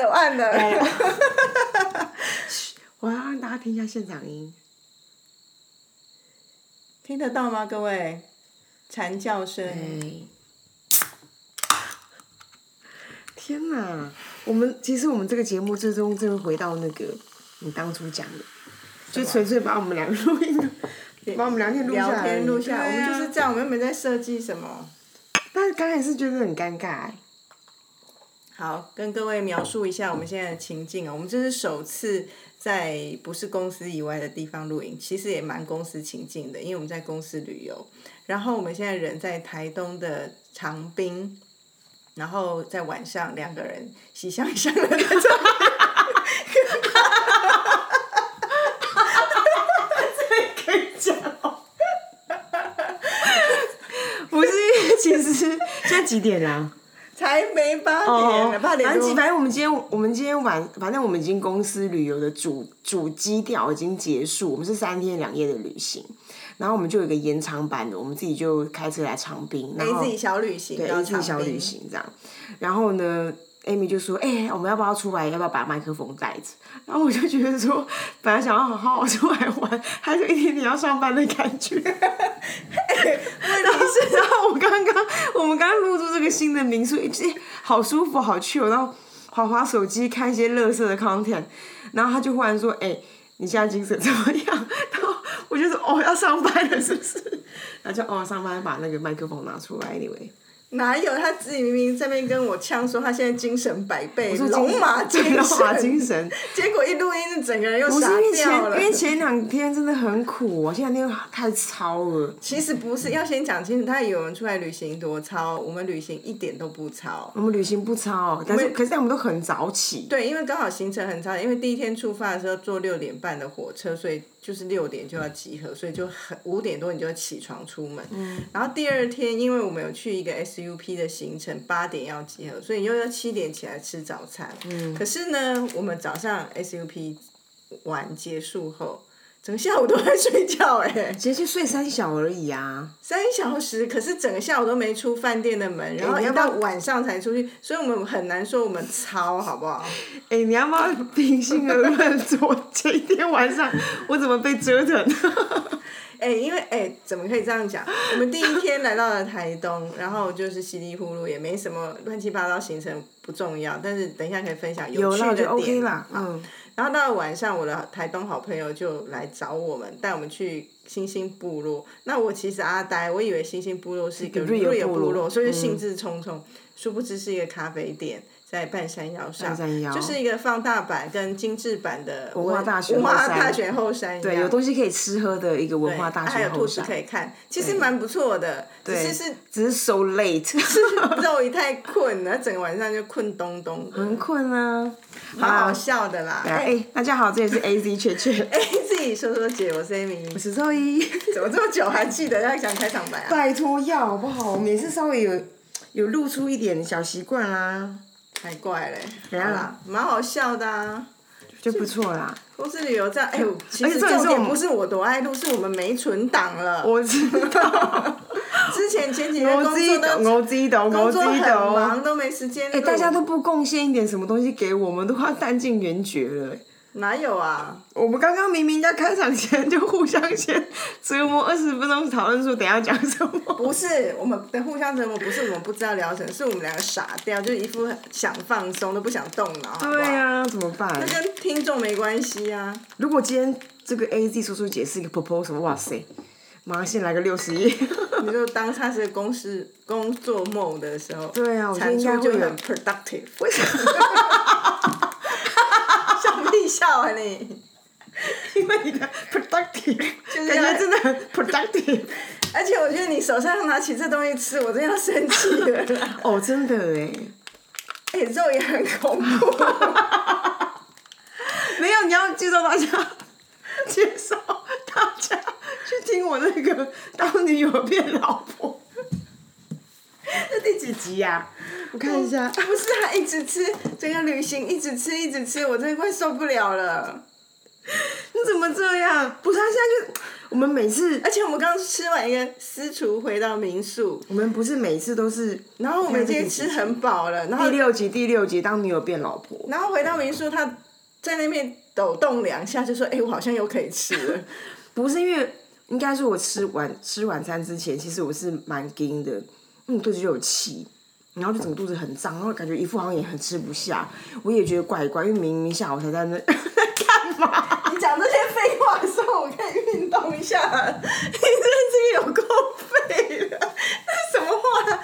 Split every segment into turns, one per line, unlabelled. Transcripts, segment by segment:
有按的。
哎 我要让大家听一下现场音。
听得到吗，各位？蝉叫声，
哎天哪！我们其实我们这个节目最终就会回到那个你当初讲的，就纯粹把我们两个录音，把我们聊天录下
聊
来，
天录下，
对
来，我
啊
们就是这样，我们又没在设计什么。
但是刚开始觉得很尴尬、哎
好，跟各位描述一下我们现在的情境啊、我们这是首次在不是公司以外的地方露营，其实也蛮公司情境的，因为我们在公司旅游。然后我们现在人在台东的长滨，然后在晚上两个人喜相相的 在这里。
可以讲哦。不是，因为其实现在几点啦、
才没八点
哦
呢，，八点
反
多
正。反正我们今天我们今天晚，反正我们已经公司旅游的主主基调已经结束，我们是三天两夜的旅行，然后我们就有一个延长版的，我们自己就开车来长滨，然后
哎自己小旅行，
对
到
自己小
长滨
旅行这样，然后呢，Amy 就说，哎、我们要不要出来？要不要把麦克风带着？然后我就觉得说，本来想要好好出来玩，还有一点点要上班的感觉。 然后是，然后我刚刚我们刚刚入住这个新的民宿，哎、好舒服，好去哦。然后滑滑手机看一些乐色的 content，然后他就忽然说：“哎、你现在精神怎么样？”然后我就说：“哦，要上班了，是不是？”然后就哦，上班把那个麦克风拿出来，anyway，
哪有他自己明明这边跟我呛说他现在精神百倍，
我说
龙马精神，
龙马 精神。
结果一录音，整个人又
不是
傻
因为前
掉了
因。为前两天真的很苦、我前两天啊太超了。
其实不是，要先讲清楚，他以为我们出来旅行多超，我们旅行一点都不超。
我们旅行不超，哦但是可是我们都很早起，
对，因为刚好行程很超，因为第一天出发的时候坐六点半的火车，所以就是六点就要集合，所以就很五点多你就要起床出门。嗯。然后第二天，因为我们有去一个 SUP 的行程，八点要集合，所以又要七点起来吃早餐。嗯。可是呢，我们早上 SUP 完结束后，整个下午都在睡觉哎、
其实就睡三小而已啊。
三小时，可是整个下午都没出饭店的门，然后
你
一
要不
到
要
晚上才出去，所以我们很难说我们超好不好？
哎、你要不要平心而论？ 昨前一天晚上我怎么被折腾？
哎、因为哎、怎么可以这样讲？我们第一天来到了台东，然后就是稀里糊涂，也没什么乱七八糟行程不重要，但是等一下可以分享有
有
趣的
啦，我觉
点。
得 OK 啦。嗯，
然后到了晚上，我的台东好朋友就来找我们，带我们去星星部落。那我其实阿呆，我以为星星部落是一个
是一个
real
real
部
部
落，
落嗯
所以就兴致冲冲。殊不知是一个咖啡店，在半山腰上，
半山腰
就是一个放大版跟精致版的
文化大学
文化
后山
大学后山一样。
对，有东西可以吃喝的一个文化
哎
大
啊还
学
有
后
兔子
山，
可以看，其实蛮不错的，只是是
只是 so late，
肉也太困了，整个晚上就困东东的，
很困啊。
蛮好笑的啦。
对啊，哎、
哎、
大家好，这里是 AZ 雀雀，
哎自己说说姐，我是 Amy，
我是周一。
怎么这么久还记得要讲开场白啊？
拜托要好不好？我们也是稍微有有露出一点小习惯啦，
太怪嘞、
怎
好
样
啦，蛮好笑的啊。
就不错啦。
公司旅游这样，哎、呦，其
而
实
且重
重
点是我
点
们
不是我多爱录，是我们没存档了。
我知 道，
之前前几天
我
工
自己
作
懂，
都
我自己懂，我
工
自
作
己
很忙，
懂。
都没时间录。
哎、大家都不贡献一点什么东西给我们，都快弹尽援绝了、哎
哪有啊？
我们刚刚明明在开场前就互相先折磨二十分钟，讨论说等一下讲什 么。
不是我们的互相折磨，不是我们不知道疗程，是我们两个傻掉，就是一副想放松都不想动脑，好不好
对呀、怎么办
那？跟听众没关系啊。
如果今天这个 A Z 叔叔姐是一个 proposal，哇塞，马上先来个六十页。
你就当他是公司工作梦的时候，
对啊我觉得
产
应该
出就
会有
很 productive。为什么？ 笑屁笑啊你！
因为你的 productive，
就是要
感觉真的很 productive。
而且我觉得你手上拿起这东西吃，我真要生气了啦。
哦，真的哎，
哎、肉也很恐怖。
没有，你要介绍大家，介绍大家去听我那个当女友变老婆，这第几集啊呀、 我看一下，
不是啊，一直吃，整个旅行一直吃一直吃，我真的快受不了了。
你怎么这样？不是，他现在就我们每次，
而且我们刚吃完一个私厨，回到民宿，
我们不是每次都是
然后我们今天吃很饱了，然
第
后
六集第六集，当女友变老婆，
然后回到民宿，他在那边抖动两下，就说：“哎、我好像又可以吃了。
不是因为应该是我吃晚吃晚餐之前，其实我是蛮惊的，嗯，肚子就有气。然后就整个肚子很胀，然后感觉一副好像也很吃不下，我也觉得怪怪，因为明明下午才在那 干嘛？”
你讲这些废话的时候，我可以运动一下了。你真是有够废的，什么话？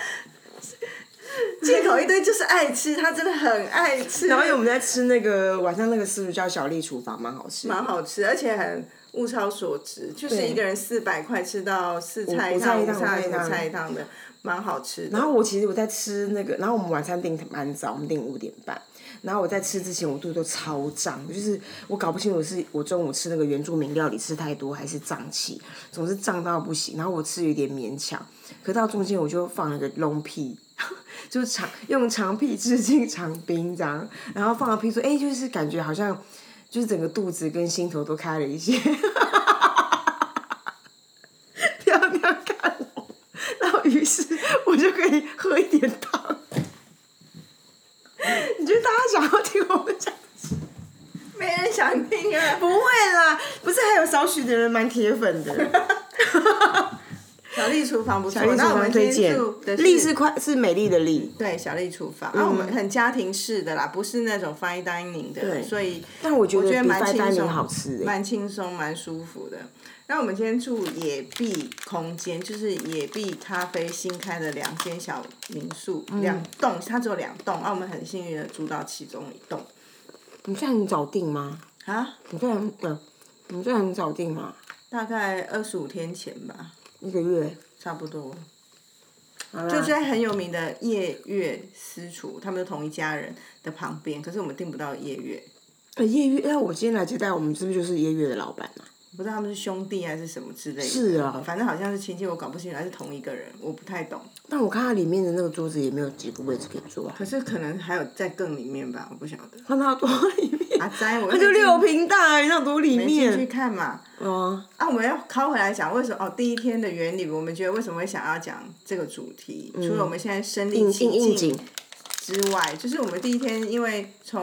借口一堆就是爱吃，他真的很爱吃，
然后因为我们在吃那个晚上那个私厨叫小丽厨房，蛮好吃。
蛮好吃，而且很物超所值，就是
对
一个人四百块吃到四菜
五
一
五
汤、
菜一
五
汤
菜
五菜一
五
汤
菜一汤的，蛮好吃的。
然后我其实我在吃那个，然后我们晚餐订蛮早，我们订五点半。然后我在吃之前，我肚子都超胀，就是我搞不清楚是我中午吃那个原住民料理吃太多，还是胀气，总是胀到不行。然后我吃有点勉强，可到中间我就放了个 long 屁， 就是长用长屁致敬长兵这样。然后放了屁说，哎，就是感觉好像就是整个肚子跟心头都开了一些。不要那样看我。然后于是我就可以喝一点汤。你觉得大家想要听我们讲？
没人想听啊！
哎不会啦，不是还有少许的人蛮铁粉 的。
小丽厨房不错，
丽
那
厨
我
房
们
推
今天
荐
住，的
丽是快是美丽的丽，
对小丽厨房，啊然后我们很家庭式的啦，不是那种 fine dining 的，
对
所以
但我觉
我
得
觉
比
得
f
蛮
i
轻
n
松，
好吃欸
蛮轻松，蛮舒服的。那我们今天住野碧空间，就是野碧咖啡新开的两间小民宿，两栋，它只有两栋，啊，我们很幸运的住到其中一栋
你这很早订吗？
啊，
你这很呃，你这很早订吗？
大概二十五天前吧，
一个月，
差不多。
好啦
就在很有名的夜月私厨，他们是同一家人的旁边，可是我们订不到夜月，
呃夜月。那我今天来接待我们，是不是就是夜月的老板啊？
不知道他们是兄弟还是什么之类的。
是啊
反正好像是亲戚，我搞不清楚，还是同一个人，我不太懂。
但我看他里面的那个桌子也没有几个位置可以坐啊，
可是可能还有在更里面吧，我不晓得。
看他多里 面，
阿斋，我
他就六平大、欸，那多里
没进去
面
看嘛。
啊。
啊，我们要拷回来讲为什么哦？第一天的原理，我们觉得为什么会想要讲这个主题？除了我们现在身临
应
其
嗯应应
境
景，
之外，就是我们第一天因为从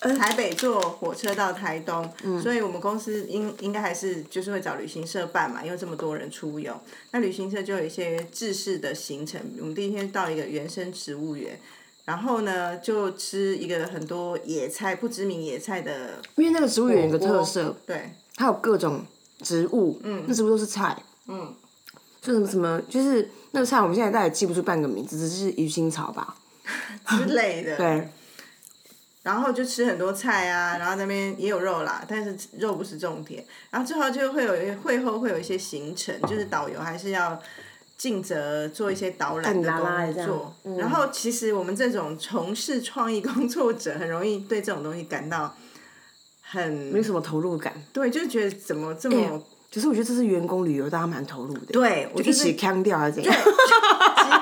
呃
台北坐火车到台东，
嗯
所以我们公司应应该还是就是会找旅行社办嘛，因为这么多人出游，那旅行社就有一些制式的行程。我们第一天到一个原生植物园。然后呢，就吃一个很多野菜不知名野菜的
因为那个植物园有一个特
火
色
锅，对，
它有各种植物，嗯，那植物都是菜，
嗯，
就什么什么，就是那个菜，我们现在大概也记不住半个名字，只是鱼腥草吧，
之类的。
对，
然后就吃很多菜啊，然后那边也有肉啦，但是肉不是重点。然后最后就会有一会后会有一些行程，就是导游还是要尽责做一些导览的
干拉拉
工
这样
作。
嗯
然后其实我们这种从事创意工作者，很容易对这种东西感到
没
很
什么投入感。
对，就觉得怎么这么、
只是我觉得这次员工旅游大家蛮投入的，，
对，我
就
就
一
是
起腔掉还是怎样？
集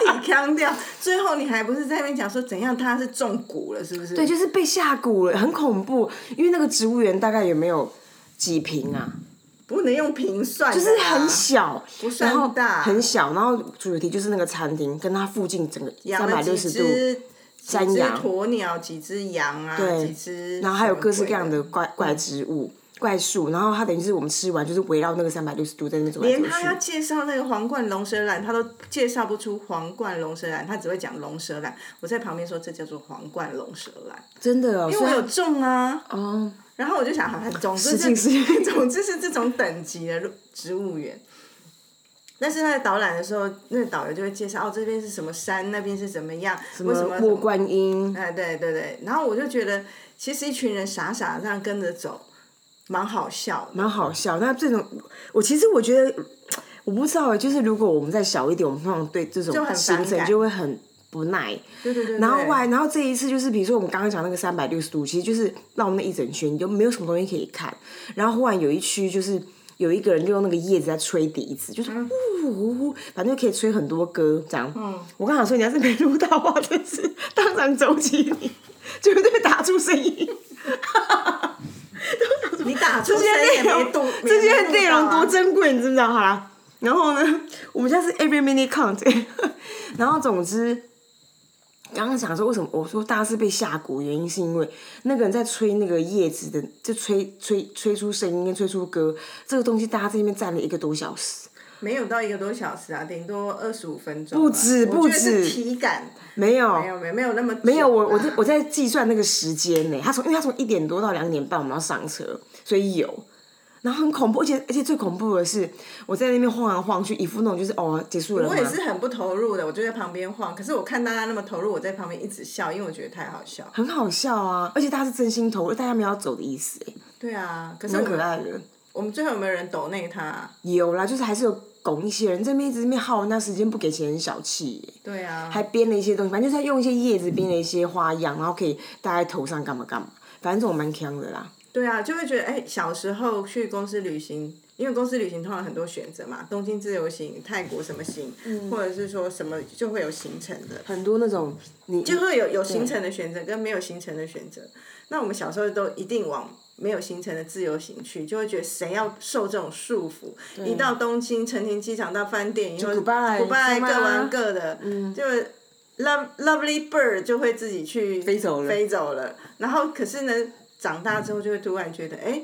体腔掉。最后你还不是在那边讲说怎样他是中蛊了，是不是？
对，就是被吓蛊了，很恐怖。因为那个植物园大概也没有几平啊，
不能用平算的
就
啦，
是很小，
算
然后
大
很小，然后主题就是那个餐厅跟它附近整个
养
三百
了
六
几
十度，
只
山
几只
羊
鸵鸟，几只羊啊，
对
几只，
然后还有各式各样的，怪怪植物、怪树，然后它等于是我们吃完就是围绕那个三百六十度在那边走来
连
走
他要
去。
介绍那个皇冠龙舌兰，他都介绍不出皇冠龙舌兰，他只会讲龙舌兰。我在旁边说这叫做皇冠龙舌兰，
真的哦，
因
因
为我有中啊。
哦，
然后我就想，啊总之
失敬失
是，
敬
总之是这种等级的植物园。但是他在导览的时候，那个导游就会介绍哦，这边是什么山，那边是怎么样，
什
为什么
么莫观音，
哎，对对对，然后我就觉得，其实一群人傻傻这样跟着走，蛮好笑的。
蛮好笑。那这种，我其实我觉得，我不知道欸，就是如果我们再小一点，我们通常对这种
很
行
反
程
感
就会很不耐。
对对对
然后
对
后来，然后这一次就是，比如说我们刚刚讲那个三百六十度，其实就是绕那一整圈，你就没有什么东西可以看。然后忽然有一区就是有一个人就用那个叶子在吹笛子，就是
嗯
呜呜呜，反正就可以吹很多歌这样。嗯，我刚想说你要是没录到的话，真是当场走起你，绝对打出声音。
你打出
这些这些内容
啊
多珍贵，你知不知道？好啦，然后呢， 我们现在是 every minute count，然 后总之。刚刚想说，为什么我说大家是被吓唬？原因是因为那个人在吹那个叶子的，就吹吹吹出声音，吹出歌，这个东西大家在那边站了一个多小时。
没有到一个多小时啊，顶多二十五分钟啊。
不止
我觉得
不止
是体感
没有，
没有没有没有那么久啊
没有，我我
吧
在我在计算那个时间呢、他从因为他从一点多到两点半我们要上车，所以有。然后很恐怖，而且而且最恐怖的是，我在那边晃来晃去，一副那种就是哦结束了吗
我也是很不投入的，我就在旁边晃。可是我看大家那么投入，我在旁边一直笑，因为我觉得太好笑。
很好笑啊！而且大家是真心投入，大家没有要走的意思、欸，
对啊，可是
蛮
我
可
们
爱的。
我们最后有没有人抖内他啊？
有啦，就是还是有拱一些人，这边一直在那边耗人家时间不给钱，很小气、耶
对啊，
还编了一些东西，反正就是他用一些叶子编了一些花样，然后可以戴在头上干嘛干嘛，反正这种蛮强的啦。
对啊，就会觉得哎、小时候去公司旅行，因为公司旅行通常很多选择嘛，东京自由行、泰国什么行，
嗯
或者是说什么就会有行程的，
很多那种你
就会有有行程的选择跟没有行程的选择。那我们小时候都一定往没有行程的自由行去，就会觉得谁要受这种束缚？一到东京成田机场到饭店以后，
就 goodbye，
不拜
走
各
吧
玩各的，
嗯
就 love lovely bird 就会自己去
飞走了
飞走了。然后可是呢，长大之后就会突然觉得，哎、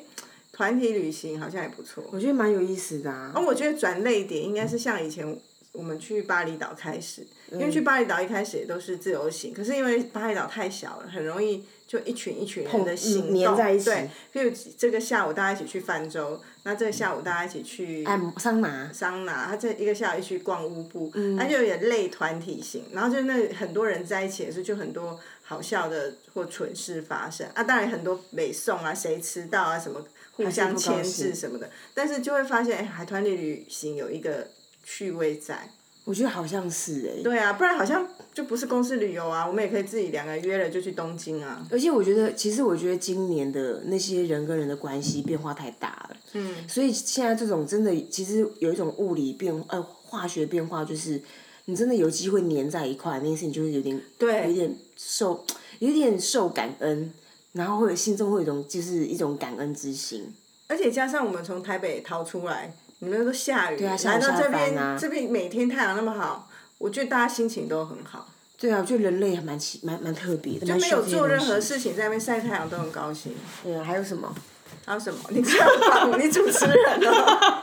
团体旅行好像也不错。
我觉得蛮有意思的啊。
而我觉得转类点应该是像以前我们去巴厘岛开始，
嗯
因为去巴厘岛一开始也都是自由行，可是因为巴厘岛太小了，很容易就一群一群人的行
黏
动，
嗯在一起
对，比如这个下午大家一起去泛舟，那这个下午大家一起去
按摩哎桑拿，
桑拿，他这一个下午一起去逛乌布，
嗯
他就有点类团体型，然后就那很多人在一起的时候，就很多好笑的或蠢事发生啊。当然很多美送啊，谁迟到啊，什么互相牵制什么的，但是就会发现，哎、还团体旅行有一个趣味在。
我觉得好像是哎、
对啊，不然好像就不是公司旅游啊，我们也可以自己两个约了就去东京啊。
而且我觉得，其实我觉得今年的那些人跟人的关系变化太大了，嗯，所以现在这种真的其实有一种物理变呃化学变化，就是你真的有机会粘在一块，那件事情就会有点
对
有点受有点受感恩，然后会有心中会有一种就是一种感恩之心，
而且加上我们从台北逃出来，你们都下雨，
啊下
来
午
到
下
这
班
边、
啊
这边每天太阳那么好，我觉得大家心情都很好。
对啊，我觉得人类还蛮奇蛮蛮特啊别的，就
没有做任何，事情，在那边晒太阳都很高兴。
对啊，还有什么？
还有什么？你这样仿你主持人哦。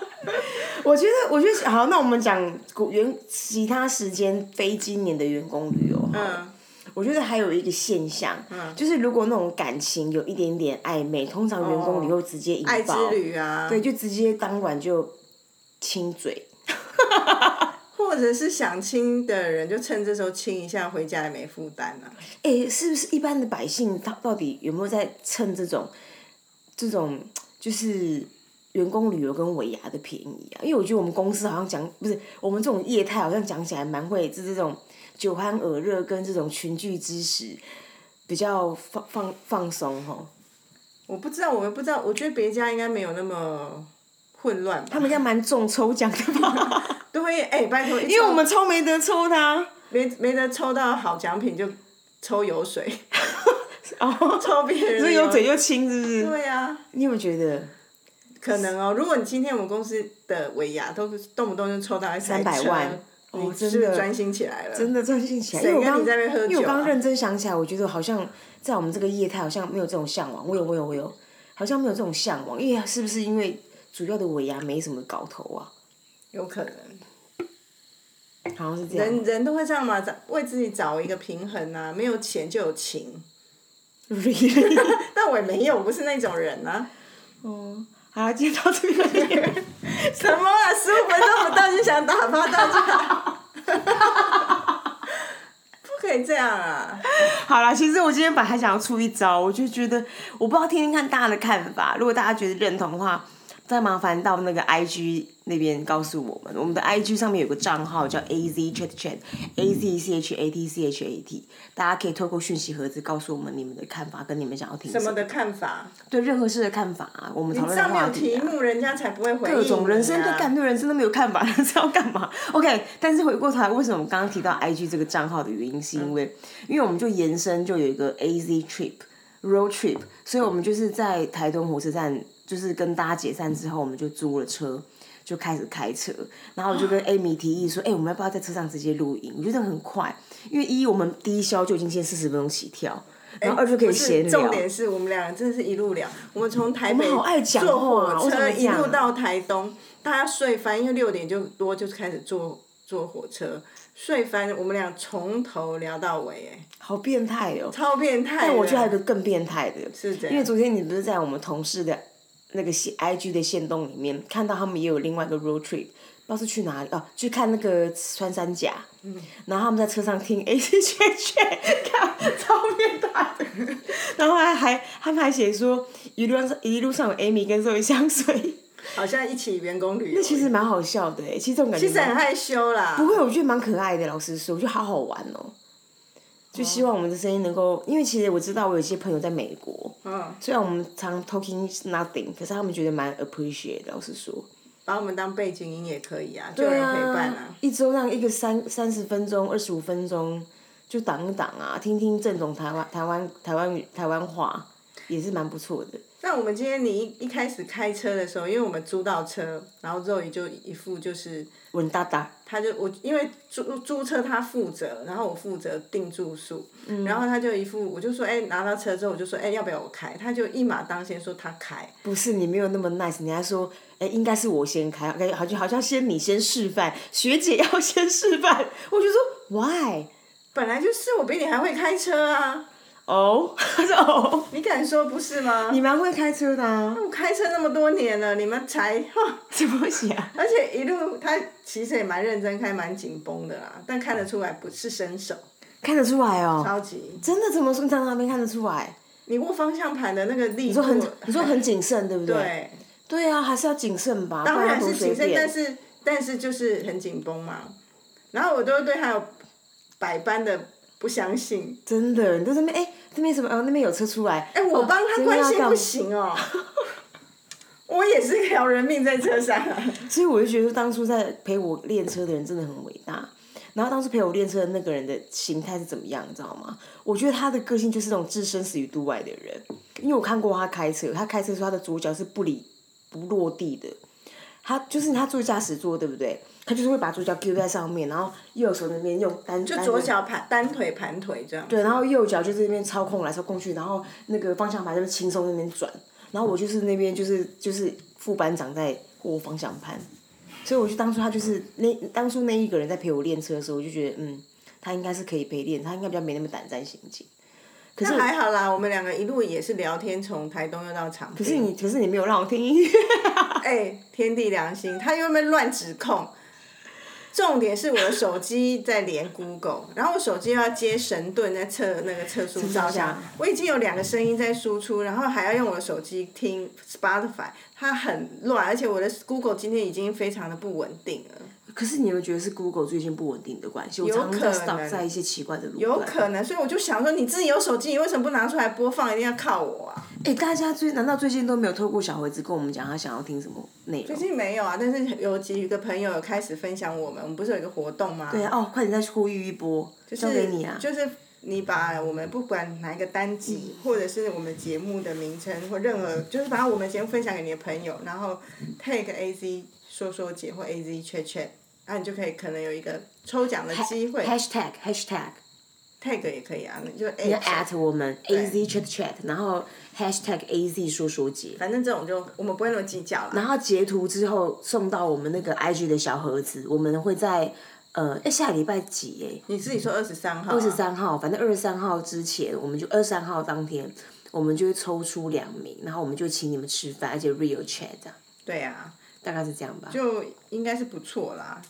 我觉得，我觉得好，那我们讲古员其他时间非今年的员工旅游。嗯，
嗯，
我觉得还有一个现象，就是如果那种感情有一点点暧昧，通常员工旅游直接 引
哦爱之
爆，
旅啊，
对，就直接当晚就亲嘴。
或者是想亲的人，就趁这时候亲一下，回家也没负担啊。
哎，是不是一般的百姓他到底有没有在趁这种这种就是员工旅游跟尾牙的便宜啊？因为我觉得我们公司好像讲不是我们这种业态好像讲起来蛮会，就是这种酒酣耳热跟这种群聚之时比较放放放松吼。
我不知道，我们不知道，我觉得别家应该没有那么混乱吧。
他们家蛮重抽奖的吧？
都会哎、拜托，因
因为我们抽没得抽啊他。
没没得抽到好奖品就抽油水，
哦，
抽别人的
所以
油
有嘴。就亲，是不是？
对啊，
你有没有觉得
可能哦。如果你今天我们公司的尾牙都动不动就抽到一台
300
车
万
你
哦
是不
真
是
的
专心起来了？
真的专心起来？因
谁
为我
跟
刚
你在那边喝酒啊
因为我刚认真想起来，我觉得好像在我们这个业态好像没有这种向往。我有，我有，我有，好像没有这种向往。因为是不是因为主要的尾牙没什么搞头啊？
有可能。
好像是这样
人。人都会这样嘛，找为自己找一个平衡啊，没有钱就有情。
Really？
但我也没有，我不是那种人啊。
哦，好啦，今天到这边。
什么啊？十五分钟不到就想打发大家？ 不可以这样啊！
好啦，其实我今天本来还想要出一招，我就觉得我不知道听听看大家的看法，如果大家觉得认同的话，再麻烦到那个 IG 那边告诉我们。我们的 IG 上面有个账号叫 AZ Chat Chat A Z C H A T C H A T，大家可以透过讯息盒子告诉我们你们的看法，跟你们想要听
什
么
么的看法，
对任何事的看法、啊，我们讨论的
上面
话
有
题、
题
啊。
目，人家才不会回应、啊。
各种人生对干对人生都没有看法，那 是要干嘛？OK，但是回过头来，为什么我们刚刚提到 IG 这个账号的原因，是因为、
嗯
因为我们就延伸就有一个 AZ Trip Road Trip，所以我们就是在台东火车站就是跟大家解散之后，我们就租了车，就开始开车。然后我就
啊
跟 Amy 提议说：“哎、我们要不要在车上直接录音？”我觉得很快，因为一我们第一宵就已经先四十分钟起跳，然后二就可以
哎不是
闲聊。
重点是我们俩真的是一路聊，我们从台北
我们好爱讲话
坐
啊
火
为什么
车
会这
一
样
路到台东，大家睡翻，因为六点就多就开始坐坐火车睡翻，我们俩从头聊到尾，哎，
好变态哦！
超变态的。
但我觉得还有一个更变态的，
啊是怎样
因为昨天你不是在我们同事的那个线 IG 的线动里面看到他们也有另外一个 road trip，不知道是去哪里哦、去看那个穿山甲，
嗯
然后他们在车上听 A C 圈圈，看超变态的，然后还还他们还写说一路上一路上有 Amy 跟zoe 相随，
好像一起员工旅游，
那其实蛮好笑的、欸，其实这种感觉
其实
蛮
很害羞啦。
不会，我觉得蛮可爱的。老实说，我觉得好好玩哦、就希望我们的声音能够，因为其实我知道我有一些朋友在美国，
嗯，
虽然我们常 talking nothing，可是他们觉得蛮 appreciate 的。老实说，
把我们当背景音也可以啊，就有人陪伴啊。
一周让一个三三十分钟、二十五分钟就挡一挡啊，听听正宗台湾台湾台湾语台湾话也是蛮不错的。
那我们今天你一一开始开车的时候，因为我们租到车，然后肉姨就一副就是
稳哒哒，
他就我因为租租车他负责，然后我负责订住宿，
嗯
然后他就一副我就说哎、拿到车之后我就说哎、要不要我开，他就一马当先说他开，
不是你没有那么 nice，你还说，哎、应该是我先开，感觉好像好像先你先示范，学姐要先示范， 我就说 why。
本来就是我比你还会开车啊，
哦， 他说哦，
你敢说不是吗？
你蛮会开车的啊，
我开车那么多年了，你们才，哼
什么写啊？
而且一路他其实也蛮认真开，蛮紧绷的啦，但看得出来不是伸手，
看得出来哦，
超级，
真的怎么说？张那边看得出来？
你握方向盘的那个力
你
度，
说很，你说很谨慎，对不对？
对，
对啊，还是要谨慎吧，
当
不
然
多
是
随
谨慎，但
便。
是但是就是很紧绷嘛。然后我都对他有百般的不相信。
真的，你在那边哎，那边什么？哦，那边有车出来。
哎、我
哦
帮他
这边
关
要
心
干
不
嘛
行哦、 我也是条人命在车上、 啊。
所以我就觉得当初在陪我练车的人真的很伟大。然后当初陪我练车的那个人的形态是怎么样，你知道吗？我觉得他的个性就是那种置身死于度外的人，因为我看过他开车，他开车的时候他的左脚是不离不落地的，他就是他坐驾驶座对不对？他就是会把左脚丢在上面，然后右手那边用单就
就左脚盘单腿盘腿这样。
对，然后右脚就是那边操控来操控去，然后那个方向盘就是轻松那边转，然后我就是那边就是就是副班长在握方向盘，所以我就当初他就是那当初那一个人在陪我练车的时候，我就觉得嗯，他应该是可以陪练，他应该比较没那么胆战心惊。可是
那还好啦，我们两个一路也是聊天，从台东又到长
可是
滨。
你可是你没有让我听音乐，
哎、天地良心，他又没乱指控。重点是我的手机在连 Google，然后我手机又要接神盾在测那个测速照
真的
相
假的，
我已经有两个声音在输出，然后还要用我的手机听 Spotify，它很乱，而且我的 Google 今天已经非常的不稳定了，
可是你有没有觉得是 Google 最近不稳定的关系？我常常
可
在 stuck
能
在一些奇怪的路段。
有可能，所以我就想说，你自己有手机，你为什么不拿出来播放？一定要靠我啊？
哎、大家最难道最近都没有透过小盒子跟我们讲他想要听什么内容
最？近没有啊，但是有几个朋友有开始分享我们，我们不是有一个活动吗？
对啊，哦，快点再呼吁一波，交给你啊！
就是你把我们不管哪一个单
嗯
集，或者是我们节目的名称或任何，就是把我们节目分享给你的朋友，然后 take A Z 说说姐或 A Z 圈圈，那你就可以可能有一个抽奖的机会
Hashtag hashtag，
，tag 也可以啊，你就
你要
at，
at 我们 A Z chat chat，然后 Hashtag A Z 说说姐，
反正这种就我们不会那么计较啦。
然后截图之后送到我们那个 I G 的小盒子，我们会在呃，哎下礼拜几哎？
你自己说二十三号、啊
二十，三号，反正二十三号之前，我们就二十三号当天，我们就会抽出两名，然后我们就请你们吃饭，而且 real chat 这样，
对啊，
大概是这样吧。
就应该是不错啦。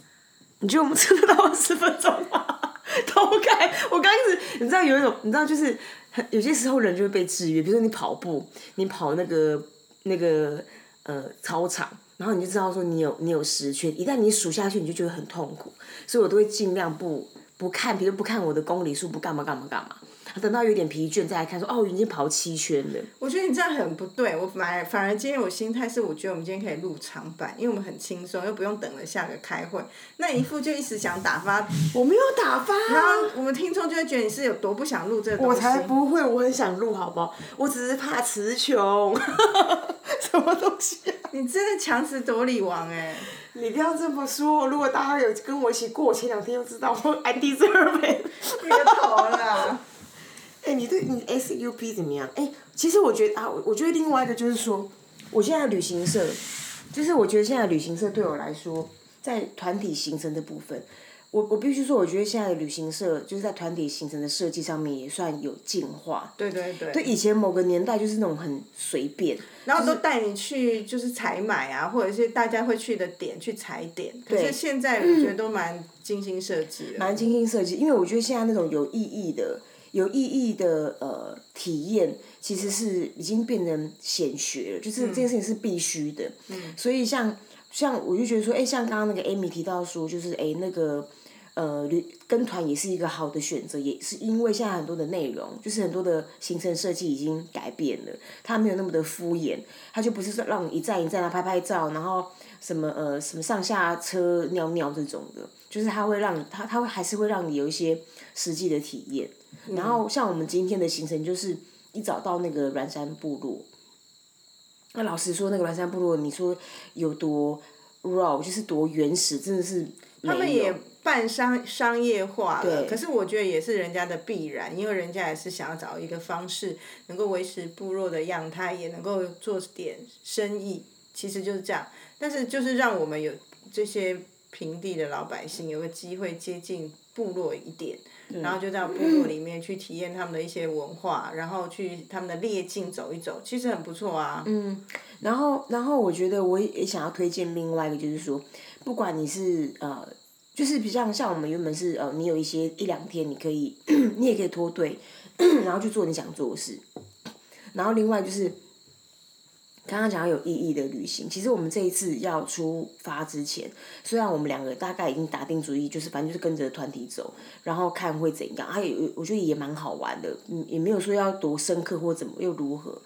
你觉得我们吃得到二十分钟吗？ 偷看，我刚开始，你知道有一种，你知道就是很有些时候人就会被制约，比如说你跑步，你跑那个那个呃操场，然后你就知道说你有你有十圈，一旦你数下去，你就觉得很痛苦，所以我都会尽量不不看，比如不看我的公里数，不干嘛干嘛干嘛，等到有点疲倦再来看说哦，我已经跑七圈了，
我觉得你这样很不对，我反而反而今天我心态是，我觉得我们今天可以录长版，因为我们很轻松，又不用等了下个开会。那一副就一直想打发，
我没有打发、啊
然后我们听众就会觉得你是有多不想录这个东
我
西。
才不会，我很想录，好不好？我只是怕词穷， 什么东西、啊？
你真的强词夺理王哎、
你不要这么说，如果大家有跟我一起过，我前两天就知道我 I deserve it。
你个头 啦！
哎、你对你 SUP 怎么样？哎、其实我觉得啊，我我觉得另外一个就是说，我现在旅行社，就是我觉得现在旅行社对我来说，在团体行程的部分，我我必须说，我觉得现在的旅行社就是在团体行程的设计上面也算有进化。
对对对，
对，以前某个年代就是那种很随便，
然后都带你去就是采买啊，或者是大家会去的点去踩点。可是现在我觉得都蛮精心设计的。
嗯蛮精心设计，因为我觉得现在那种有意义的、有意义的呃体验，其实是已经变成显学了，就是这件事情是必须的。所以像像我就觉得说，哎、像刚刚那个 Amy 提到说，就是哎、那个。呃，旅跟团也是一个好的选择，也是因为现在很多的内容，就是很多的行程设计已经改变了，它没有那么的敷衍，它就不是说让你一站一站的拍拍照，然后什么呃什么上下车尿尿这种的，就是它会让它它会还是会让你有一些实际的体验。
嗯
然后像我们今天的行程就是一早到那个软山部落，那老实说，那个软山部落，你说有多 raw，就是多原始，真的是他
他们也半商商业化了，可是我觉得也是人家的必然，因为人家也是想要找一个方式，能够维持部落的样态，也能够做点生意，其实就是这样。但是就是让我们有这些平地的老百姓有个机会接近部落一点，然后就到部落里面去体验他们的一些文化，然后去他们的猎境走一走，其实很不错啊。嗯，
然后，然后我觉得我也想要推荐另外一个，就是说，不管你是呃，就是比较像我们原本是呃，你有一些一两天，你可以， 你也可以脱队， 然后去做你想做的事。然后另外就是，刚刚讲到有意义的旅行，其实我们这一次要出发之前，虽然我们两个大概已经打定主意，就是反正就是跟着团体走，然后看会怎样。还有我觉得也蛮好玩的，嗯也没有说要多深刻或怎么又如何。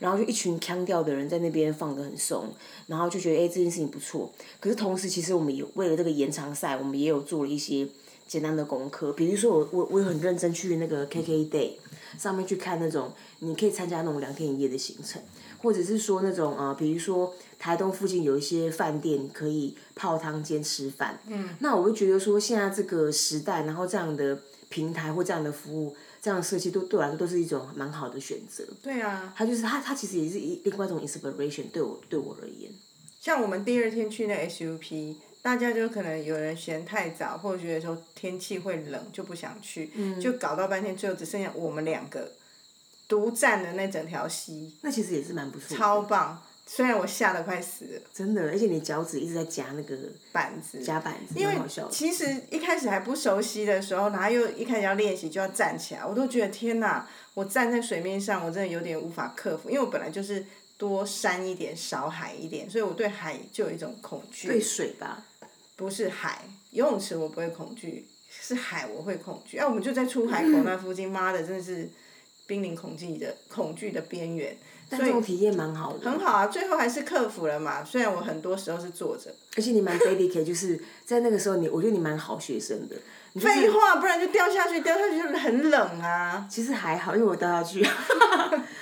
然后就一群腔调的人在那边放得很松，然后就觉得哎、诶这件事情不错。可是同时，其实我们也为了这个延长赛，我们也有做了一些简单的功课，比如说我我我有很认真去那个 KK Day 上面去看那种你可以参加那种两天一夜的行程，或者是说那种啊、呃比如说台东附近有一些饭店你可以泡汤兼吃饭。嗯，那我会觉得说现在这个时代，然后这样的平台或这样的服务。这样的设计都对我来说都是一种蛮好的选择。
对啊，
它就是它，它其实也是一另外一种 inspiration 对我对我而言。
像我们第二天去那 SUP，大家就可能有人嫌太早，或者觉得说天气会冷就不想去，
嗯
就搞到半天，最后只剩下我们两个独占的那整条溪，
那其实也是蛮不错的，
超棒！虽然我吓得快死了，
真的，而且你脚趾一直在夹那个
板子。
夹板子，
因为
蛮好笑的。
其实一开始还不熟悉的时候，然后又一开始要练习就要站起来，我都觉得天哪！我站在水面上，我真的有点无法克服，因为我本来就是多山一点，少海一点，所以我对海就有一种恐惧。
对水吧，
不是海，游泳池我不会恐惧，是海我会恐惧。啊，我们就在出海口那附近，妈的，真的是濒临恐惧的恐惧的边缘。
但这种体验蛮好的，
很好啊，最后还是克服了嘛。虽然我很多时候是坐着，
而且你蛮 dedicate，就是 在那个时候你，我觉得你蛮好学生的。你就是
废话，不然就掉下去，掉下去就是很冷啊。
其实还好，因为我掉下去，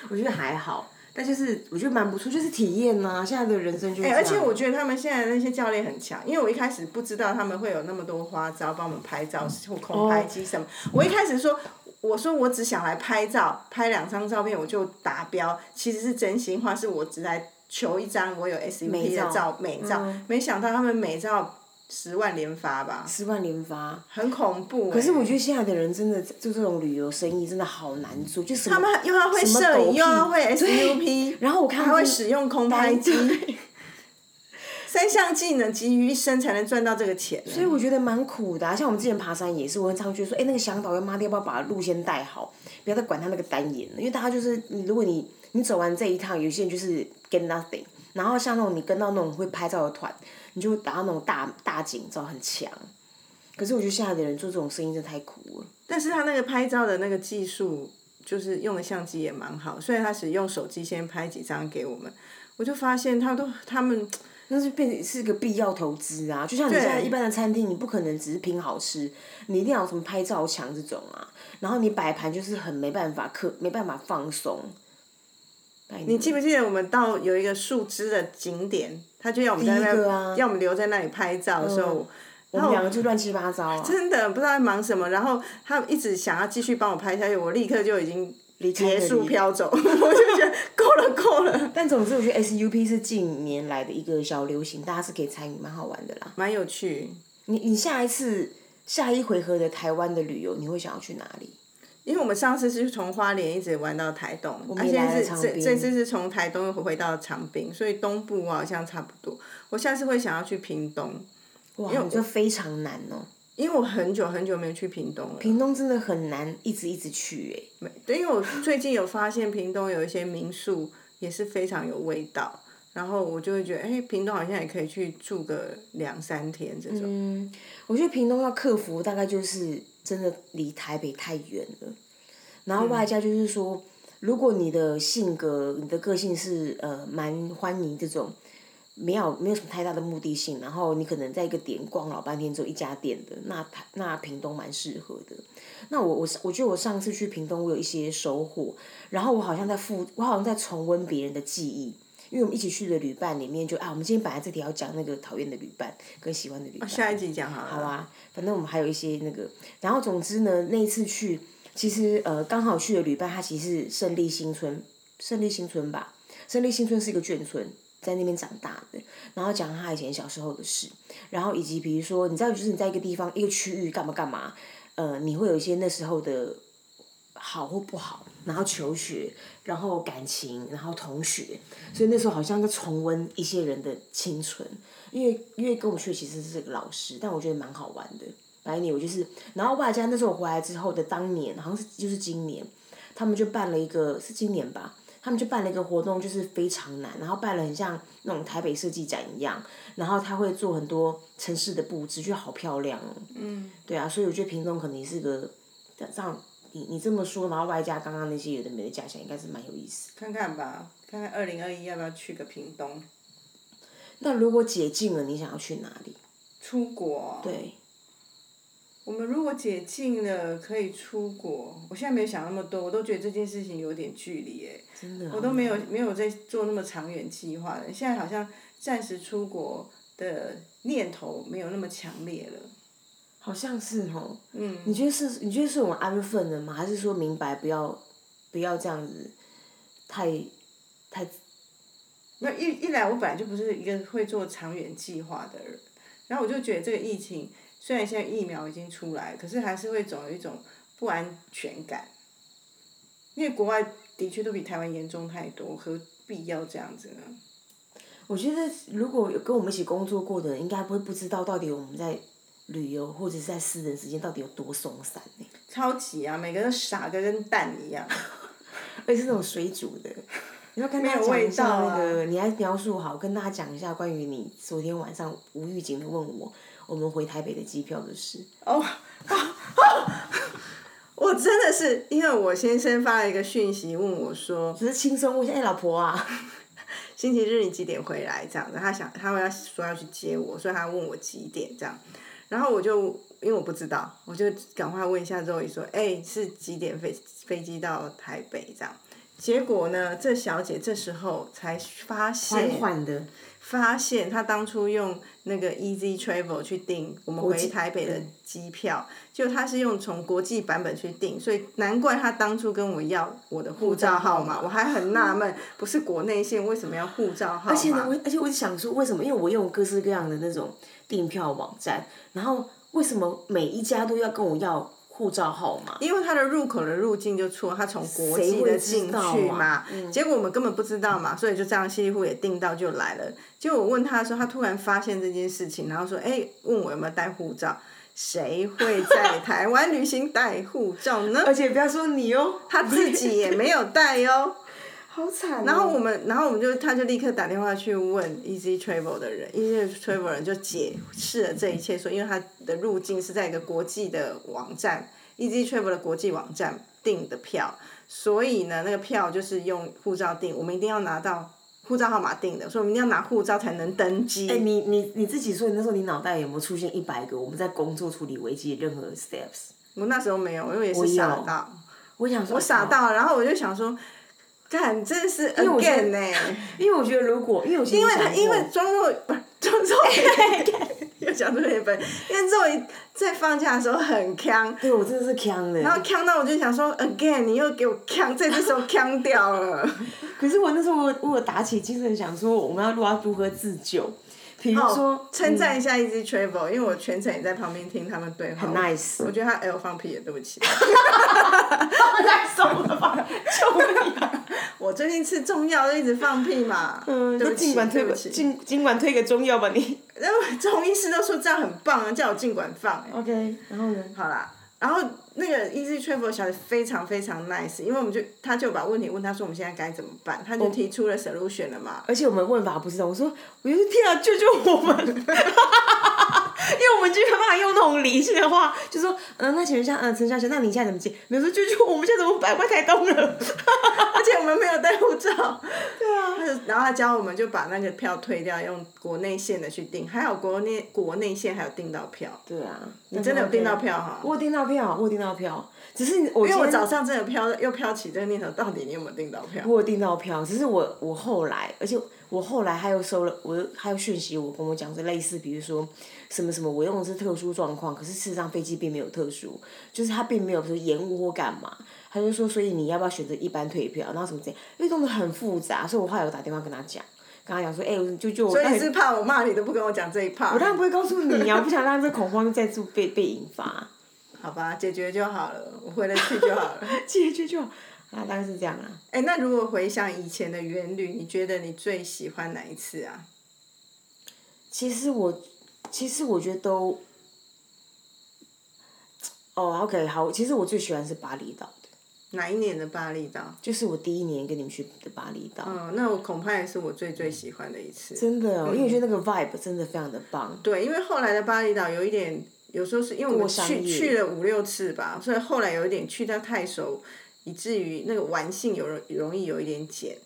我觉得还好，但就是我觉得蛮不错，就是体验呐、现在的人生就是、
哎、而且我觉得他们现在的那些教练很强，因为我一开始不知道他们会有那么多花招帮我们拍
嗯
照或空拍机什么。
哦
我一开始说，我说我只想来拍照，拍两张照片我就达标，其实是真心话，是我只来求一张我有 SUP
美
的
照嗯
照美照，没想到他们美照十万连发吧，
十万连发。
很恐怖、
可是
哎
我觉得现在的人真的做这种旅游生意真的好难做，就什么
他们又要会
什么
摄
狗
影，
屁
又要会
对
SUP，
然后我看他
还会
们
使用空拍机，
对
三项技能集于一身才能赚到这个钱欸呢。
所以我觉得蛮苦的、啊。像我们之前爬山也是，我很常觉得说，哎、那个向导要妈的要不要把路先带好，不要再管他那个单眼了，因为大家就是，你如果你你走完这一趟，有些人就是 get nothing，然后像那种你跟到那种会拍照的团，你就达到那种大大景照很强。可是我觉得现在的人做这种生意真的太苦了。
但是他那个拍照的那个技术，就是用的相机也蛮好，虽然他只用手机先拍几张给我们，我就发现他都他们
那是变成是个必要投资啊！就像你现在一般的餐厅，你不可能只是拼好吃，你一定要有什么拍照墙这种啊。然后你摆盘就是很没办法克，没办法放松。概念。
你记不记得我们到有一个树枝的景点，他就要我们在
第一
那，
个啊嗯
要我们留在那里拍照的时候，
我们两个就乱七八糟啊，
真的不知道在忙什么。然后他们一直想要继续帮我拍下去，我立刻就已经结束飘走， 我就觉得够了够了，
但总之，我觉得 SUP 是近年来的一个小流行，大家是可以参与，蛮好玩的啦。
蛮有趣。
你你下一次下一回合的台湾的旅游，你会想要去哪里？
因为我们上次是从花莲一直玩到台东，而
们
且
也来了
是
长
这
滨
这次是从台东又回到长滨，所以东部我好像差不多。我下次会想要去屏东，
哇，你这非常难哦、
因为我很久很久没有去屏东了。
屏东真的很难，一直一直去哎、
对，因为我最近有发现屏东有一些民宿也是非常有味道，然后我就会觉得，哎，屏东好像也可以去住个两三天这种。
嗯，我觉得屏东要克服大概就是真的离台北太远了，然后外加就是说，如果你的性格、你的个性是呃蛮欢迎这种没有没有什么太大的目的性，然后你可能在一个点逛老半天只有一家店的，那台那屏东蛮适合的。那我我我觉得我上次去屏东，我有一些收获，然后我好像在复，我好像在重温别人的记忆。因为我们一起去的旅伴里面就，啊，我们今天本来这题要讲那个讨厌的旅伴跟喜欢的旅伴，
下一集讲好了。好
好，啊，反正我们还有一些那个，然后总之呢，那一次去，其实呃刚好去的旅伴，他其实是胜利新村，胜利新村吧，胜利新村是一个眷村，在那边长大的，然后讲他以前小时候的事，然后以及比如说，你知道，就是你在一个地方一个区域干嘛干嘛，呃，你会有一些那时候的好或不好，然后求学，然后感情，然后同学，所以那时候好像在重温一些人的青春。因为因为跟我去的其实是个老师，但我觉得蛮好玩的。白你我就是，然后外加那时候我回来之后的当年，好像是就是今年，他们就办了一个是今年吧，他们就办了一个活动，就是非常难，然后办了很像那种台北设计展一样，然后他会做很多城市的布置，就好漂亮哦。嗯，对啊，所以我觉得屏东可能也是个这样。你你这么说，然后外加刚刚那些有的没的假想，应该是蛮有意思的。
看看吧，看看二零二一要不要去个屏东
那如果解禁了，你想要去哪里？
出国？，
对，
我们如果解禁了，可以出国。我现在没有想那么多，我都觉得这件事情有点距离哎，
真的啊、
我都没有没有在做那么长远计划了。现在好像暂时出国的念头没有那么强烈了。
好像是哦，嗯，你觉得是你觉得是我们安分了吗？还是说明白不要不要这样子，太太
那一一来，我本来就不是一个会做长远计划的人，然后我就觉得这个疫情虽然现在疫苗已经出来，可是还是会总有一种不安全感，因为国外的确都比台湾严重太多，何必要这样子呢？
我觉得如果有跟我们一起工作过的人，应该不会不知道到底我们在旅游或者是在私人时间到底有多松散呢、
超级啊，每个人傻的跟蛋一样，
而且是那种水煮的。你要跟
没
大家
有
讲
味
一下
道
那
啊
个，你来描述好，跟大家讲一下关于你昨天晚上无预警的问我，我们回台北的机票的事。
哦。我真的是因为我先生发了一个讯息问我说，
只是轻松问一下，哎、老婆啊，
星期日你几点回来？这样子，他想他要说要去接我，所以他问我几点这样，然后我就因为我不知道，我就赶快问一下周怡说，哎、是几点飞飞机到台北这样？结果呢，这小姐这时候才发
缓
现，
缓的，
发现她当初用那个 Easy Travel 去订我们回
际
台北的机票，就她是用从国际版本去订，所以难怪她当初跟我要我的护照号码，我还很纳闷，不是国内线为什么要护照号码？
而且呢，我而且我想说，为什么？因为我用各式各样的那种订票网站，然后为什么每一家都要跟我要护照号码？
因为它的入口的入境就错，它从国际
谁
的
会
进
知道啊
去嘛，结果我们根本不知道嘛，所以就这样稀里糊涂也订到就来了。结果我问他的时候，他突然发现这件事情，然后说：“哎、问我有没有带护照？谁会在台湾旅行带护照呢
而且不要说你哦，？”
他自己也没有带哟。
好惨、哦
然后我们，然后我们就，他就立刻打电话去问 Easy Travel 的人，Easy Travel 人就解释了这一切，说因为他的入境是在一个国际的网站，Easy Travel 的国际网站订的票，所以呢，那个票就是用护照订，我们一定要拿到护照号码订的，所以我们一定要拿护照才能登机。
哎、你你你自己说，你那时候你脑袋有没有出现一百个我们在工作处理危机的任何 steps？
我那时候没有，因为也
我
是
有
傻到，
我想说，
我傻到，然后我就想说。干，真的是
为我觉得
again 欸呢、
因为我觉得如果因为我
因
因
为他因为庄若不是庄若妍 又讲出原本，因为肉妍在放假的时候很呛，
对我真的是呛的，
然后呛到我就想说 again 你又给我呛，这次是我呛掉 了。
可是我那时候我我有打起精神想说我们要录要如何自救，比如说、嗯
哦称赞一下 Easy Travel，因为我全程也在旁边听他们对话。
很 nice
我觉得他 L 放屁了，对不起。
太怂了 吧，救命、啊！
我最近吃中药一直放屁嘛，
嗯，
对
就
不
尽
起，
管推
对
个
不起。
尽尽管推个中药吧你。
然后中医师都说这样很棒啊，叫我尽管放、欸
OK，然后呢？
好啦，然后那个 Easy Travel 小姐非常非常 nice，因为我们就他就把问题问他说我们现在该怎么办，他就提出了 solution 了嘛。
而且我们问法不是这样，我说，我就说天啊，救救我们！ 因为我们就没办法用那种理性的话，就说，嗯、那请问一下，嗯、陈小姐，那你现在怎么解？没有说救救我，我们现在怎么办？外太东了。
而且我们没有带护照，
对啊，
他就然后他教我们就把那个票退掉，用国内线的去订，还好国内国内线还有订到票。
对 啊，
你真的有订到票哈
我有订到票，我有订到票，只是我
因为我
今天
早上真的飘又飘起这个念头，到底你有没有订到票？
我有订到票，只是我我后来，而且我后来还有收了，我还有讯息我跟我讲是类似，比如说什么什么，我用的是特殊状况，可是事实上飞机并没有特殊，就是他并没有说延误或干嘛，他就说所以你要不要选择一般退票，然后什么这样，因为弄得很复杂，所以我后来有打电话跟他讲，跟他讲说，哎、我就就我
所以
到
你
底
是怕我骂你都不跟我讲这一趴
我？当然不会告诉你啊，我不想让这恐慌再次被被引发，
好吧，解决就好了，我回得去就好了。
解决就好啊，大概是这样啊。
哎、那如果回想以前的元旅，你觉得你最喜欢哪一次啊？
其实我，其实我觉得都，哦，OK，好，其实我最喜欢是巴厘岛的，
哪一年的巴厘岛？
就是我第一年跟你们去的巴厘岛，
嗯，那我恐怕也是我最最喜欢的一次。
真的哦，因为我觉
嗯
得那个 vibe 真的非常的棒。
对，因为后来的巴厘岛有一点，有时候是因为我们
过商
去
业
去了五六次吧，所以后来有一点去到太熟，以至于那个玩性有容易有一点减。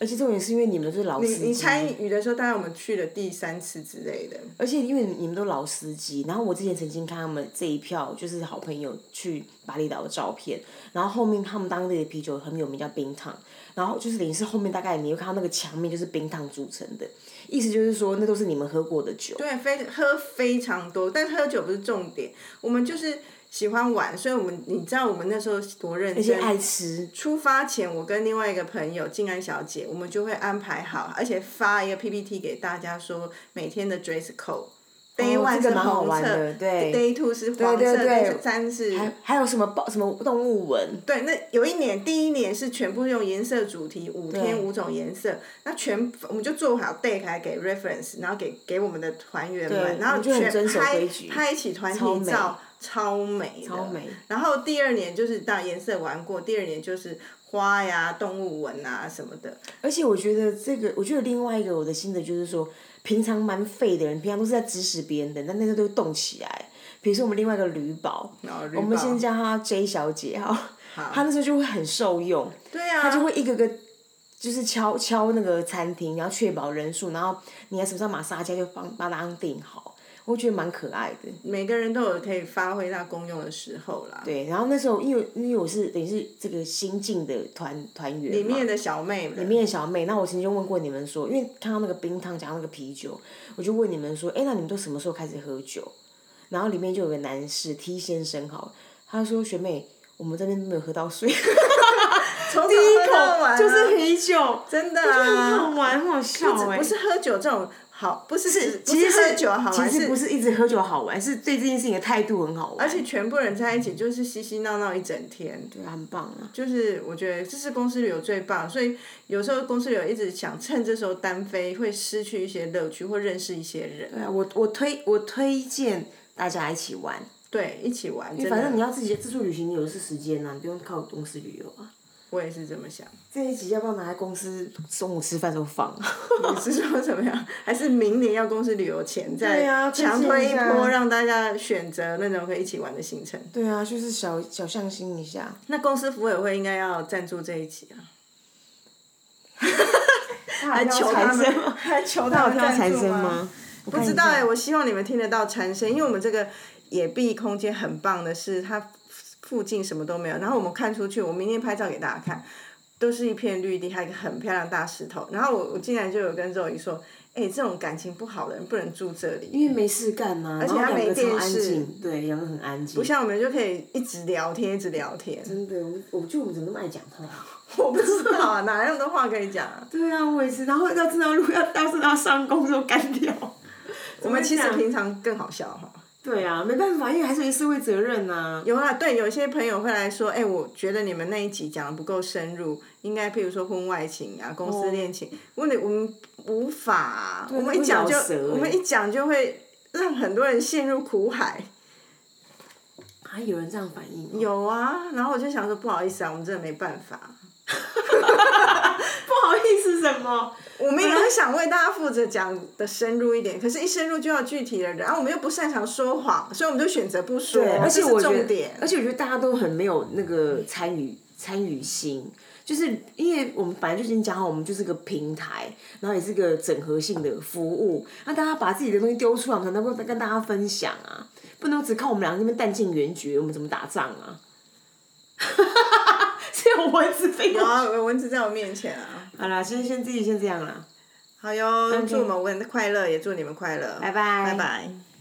而且重点是因为你们是老
你
司
你
机，
参与的时候，大概我们去了第三次之类的。
而且因为你们都老司机，然后我之前曾经看他们这一票就是好朋友去巴厘岛的照片，然后后面他们当地的啤酒很有名叫冰糖，然后就是等于是后面大概你会看到那个墙面就是冰糖组成的，意思就是说那都是你们喝过的酒。
对，非喝非常多，但喝酒不是重点，我们就是喜欢玩，所以我们你知道我们那时候多认
而且
真。
爱吃，
出发前，我跟另外一个朋友静安小姐，我们就会安排好，而且发一个 PPT 给大家说每天的 dress code。Day
哦
one
这
是
个蛮好
红
玩
色
的对
，Day two 是黄
对
色
对
，Day
对
三是
还还有什么报什么动物纹？
对，那有一年，第一年是全部用颜色主题，五天五种颜色，那全我们就做好 deck 来给 reference，然后给给我们的团员们，
对
然后
我觉得很
全
遵守
拍
规矩
拍起团体
超美
照，超美的
超美
然后第二年就是当然颜色玩过，第二年就是花呀、动物纹啊什么的，
而且我觉得这个，我觉得另外一个我的心得就是说，平常蛮废的人，平常都是在指使别人的，但那个都会动起来。比如说我们另外一个吕宝，
哦吕
我们
宝
先叫她 J 小姐哈，她那时候就会很受用，
对啊，
她就会一个个。就是敲敲那个餐厅，然后确保人数，然后你还手上马莎加就帮帮他订好，我觉得蛮可爱的。
每个人都有可以发挥他功用的时候啦。
对，然后那时候因为因为我是等于是这个新进的团团员嘛，
里面的小妹们，
里面的小妹，那我曾经问过你们说，因为看到那个冰糖加那个啤酒，我就问你们说，哎、那你们都什么时候开始喝酒？然后里面就有个男士 T 先生，好了，他说学妹，我们这边都没有喝到水，第
从第
一口就是
是
啤酒，
啊真的
很
啊
好。玩，很好笑哎、
不是喝酒这种好，不是只不
其实
喝酒好玩，
其实不
是
是一直喝酒好玩，是对这件事情的态度很好玩，
而且全部人在一起就是嬉嬉闹闹一整天。
对啊，很棒啊。
就是我觉得这是公司旅游最棒，所以有时候公司旅游一直想趁这时候单飞，会失去一些乐趣或认识一些人，
对啊，我我推我推荐大家一起玩，
对，一起玩。真
反正
的，
你要自己自助旅行，你有的是时间啊，你不用靠公司旅游啊。
我也是这么想。
这一集要不要拿来公司中午吃饭的时候放？
你是说怎么样？还是明年要公司旅游前
对
再
啊推荐
强推一
一下
波，让大家选择那种可以一起玩的行程？
对啊，就是小小向心一下。
那公司服委会应该要赞助这一集啊。
还
求他们 还求
他
他
有
们
听到
赞
蝉
助
声吗？？我
不
看一
知道
下
哎、我希望你们听得到蝉声，因为我们这个野壁空间很棒的是，它附近什么都没有，然后我们看出去，我明天拍照给大家看。都是一片绿地，还有一个很漂亮的大石头。然后我我竟然就有跟周怡说，哎、这种感情不好的人不能住这里，
因为没事干嘛，
而且
然后
它
两
没
个超
电
安
视
静，对，两个很安静
不。像我们就可以一直聊天，一直聊天。
真的，我们我觉得我们怎么那么爱讲话？啊
我不知道啊，哪来那么多话可以讲啊？
对啊，我也是。然后要真的要录，要要是要上工就干掉。
我们其
怎
实
么会这
平
样
常更好笑哈。
对啊，没办法，因为还是有社会责任呐、啊。
有啦，对，有些朋友会来说，哎、我觉得你们那一集讲的不够深入，应该譬如说婚外情啊、公司恋情，问题我们无法啊、
哦对
我们一讲就
那会咬舌欸嗯
我们一讲就会让很多人陷入苦海。
还啊有人这样反 应哦、
有啊，然后我就想说，不好意思啊，我们真的没办法，
不好意思什么？
我们也
嗯
很想为大家负责讲的深入一点，可是一深入就要具体的人，然后我们又不擅长说谎，所以我们就选择不说，
对，而且
哦这是
我觉
重
得
点，。
而且我觉得大家都很没有那个参与参与心，就是因为我们本来就已经讲好，我们就是个平台，然后也是个整合性的服务，那大家把自己的东西丢出来，我们才能够跟大家分享啊，不能只靠我们两个这边弹尽援绝，我们怎么打仗啊？ 是有蚊子飞
有
过
啊，蚊子在我面前啊。
好啦，先先自己先这样啦，
好哟，祝我们蚊子快乐，也祝你们快乐，
拜拜
拜拜。